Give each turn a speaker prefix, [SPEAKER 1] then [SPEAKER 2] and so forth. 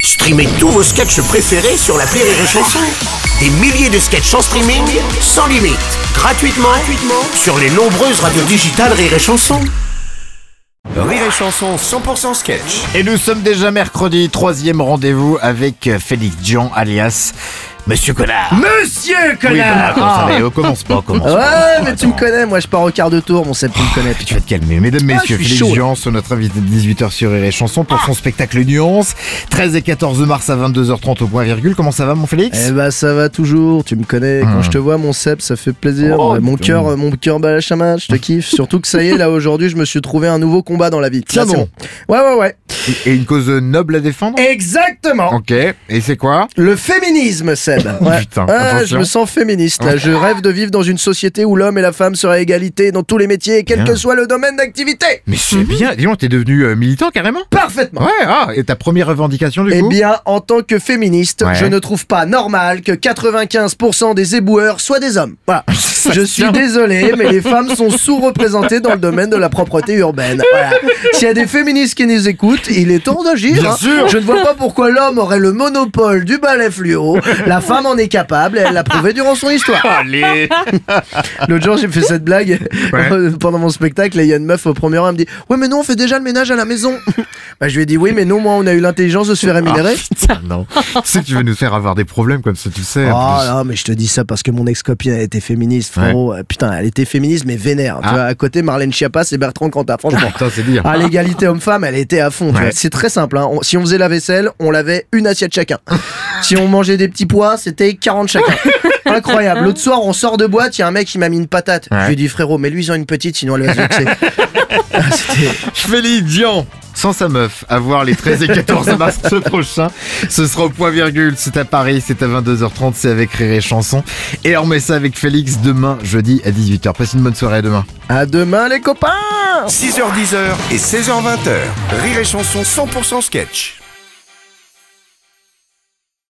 [SPEAKER 1] Streamez tous vos sketchs préférés sur la Rire et Chanson. Des milliers de sketchs en streaming, sans limite, gratuitement, gratuitement sur les nombreuses radios digitales Rire et Chanson. Rire et Chanson 100% sketch.
[SPEAKER 2] Et nous sommes déjà mercredi, troisième rendez-vous avec euh, Félix Dion, alias Monsieur Connard.
[SPEAKER 3] Monsieur
[SPEAKER 2] Oui, bon,
[SPEAKER 3] connard
[SPEAKER 2] attends, ça va, et, euh, commence pas, commence
[SPEAKER 4] Ah. Ouais,
[SPEAKER 2] pas.
[SPEAKER 4] mais tu me connais, moi je pars au quart de tour, mon Seb, tu me connais.
[SPEAKER 2] Tu vas te calmer. Mesdames, messieurs,
[SPEAKER 4] je suis
[SPEAKER 2] Félix
[SPEAKER 4] chaud. Ah.
[SPEAKER 2] Dion, sur notre invité de 18h sur Rire et Chanson pour son spectacle Nuance. 13 et 14 mars à 22h30 au point virgule. Comment ça va, mon Félix
[SPEAKER 4] Eh bah ça va toujours, tu me connais.
[SPEAKER 2] Hum.
[SPEAKER 4] Quand je te vois, mon Seb, ça fait plaisir.
[SPEAKER 2] Oh,
[SPEAKER 4] Ouais, mon
[SPEAKER 2] putain.
[SPEAKER 4] cœur, euh, mon cœur bat la chamade, je te kiffe. Surtout que ça y est, là aujourd'hui, je me suis trouvé un nouveau combat dans la vie.
[SPEAKER 2] Tiens
[SPEAKER 4] Là, c'est
[SPEAKER 2] bon.
[SPEAKER 4] bon. Ouais, ouais, ouais.
[SPEAKER 2] Et une cause noble à défendre
[SPEAKER 4] Eh Exactement.
[SPEAKER 2] Ok. Et c'est quoi
[SPEAKER 4] Le féminisme, Seb. Ouais.
[SPEAKER 2] Putain,
[SPEAKER 4] Ah, je
[SPEAKER 2] attention.
[SPEAKER 4] me sens féministe. Là. Je rêve de vivre dans une société où l'homme et la femme seraient à égalité dans tous les métiers, et quel
[SPEAKER 2] Bien.
[SPEAKER 4] que soit le domaine d'activité.
[SPEAKER 2] Mais c'est bien. Dis donc, t'es devenu euh, militant carrément
[SPEAKER 4] Parfaitement.
[SPEAKER 2] Ouais, ah, et ta première revendication du
[SPEAKER 4] Eh
[SPEAKER 2] coup
[SPEAKER 4] bien, en tant que féministe,
[SPEAKER 2] Ouais.
[SPEAKER 4] je ne trouve pas normal que 95% des éboueurs soient des hommes. Voilà. je suis désolé, mais les femmes sont sous-représentées dans le domaine de la propreté urbaine. Voilà. S'il y a des féministes qui nous écoutent, il est temps d'agir.
[SPEAKER 2] Bien
[SPEAKER 4] hein.
[SPEAKER 2] sûr.
[SPEAKER 4] Je ne vois pas pourquoi l'homme aurait le monopole du balai fluo. La femme en est capable et elle l'a prouvé durant son histoire.
[SPEAKER 2] Allez
[SPEAKER 4] L'autre jour, j'ai fait cette blague
[SPEAKER 2] Ouais.
[SPEAKER 4] pendant mon spectacle et il y a une meuf au premier rang, elle me dit Ouais, mais non, on fait déjà le ménage à la maison. bah, je lui ai dit Oui, mais non, moi, on a eu l'intelligence de se faire rémunérer.
[SPEAKER 2] Ah, non. Tu sais que tu veux nous faire avoir des problèmes comme ça, tu le sais. en
[SPEAKER 4] Oh
[SPEAKER 2] plus.
[SPEAKER 4] là, mais je te dis ça parce que mon ex-copine, elle était féministe, frérot. Euh, Putain, elle était féministe, mais vénère. Tu
[SPEAKER 2] Ah.
[SPEAKER 4] vois, à côté, Marlène Schiappa et Bertrand Cantat, franchement.
[SPEAKER 2] Putain, c'est dire.
[SPEAKER 4] À l'égalité homme-femme, elle était à fond. tu
[SPEAKER 2] Ouais.
[SPEAKER 4] vois. C'est très simple. hein. On- si on faisait la vaisselle, on lavait une assiette chacun. si on mangeait des petits pois, c'était 40 chacun. Incroyable. L'autre soir, on sort de boîte, il y a un mec qui m'a mis une patate.
[SPEAKER 2] Ouais.
[SPEAKER 4] Je lui ai dit, frérot, mais lui, ils ont une petite, sinon elle va se vexer. Ah, c'était-
[SPEAKER 2] Félix Dion sans sa meuf, à voir les 13 et 14 mars ce prochain. Ce sera au point virgule, c'est à Paris, c'est à 22h30, c'est avec Rire et Chanson. Et on remet ça avec Félix demain, jeudi à 18h. Passe une bonne soirée à demain.
[SPEAKER 4] à demain, les copains!
[SPEAKER 1] 6h10 et 16h20. Rire et Chanson 100% sketch.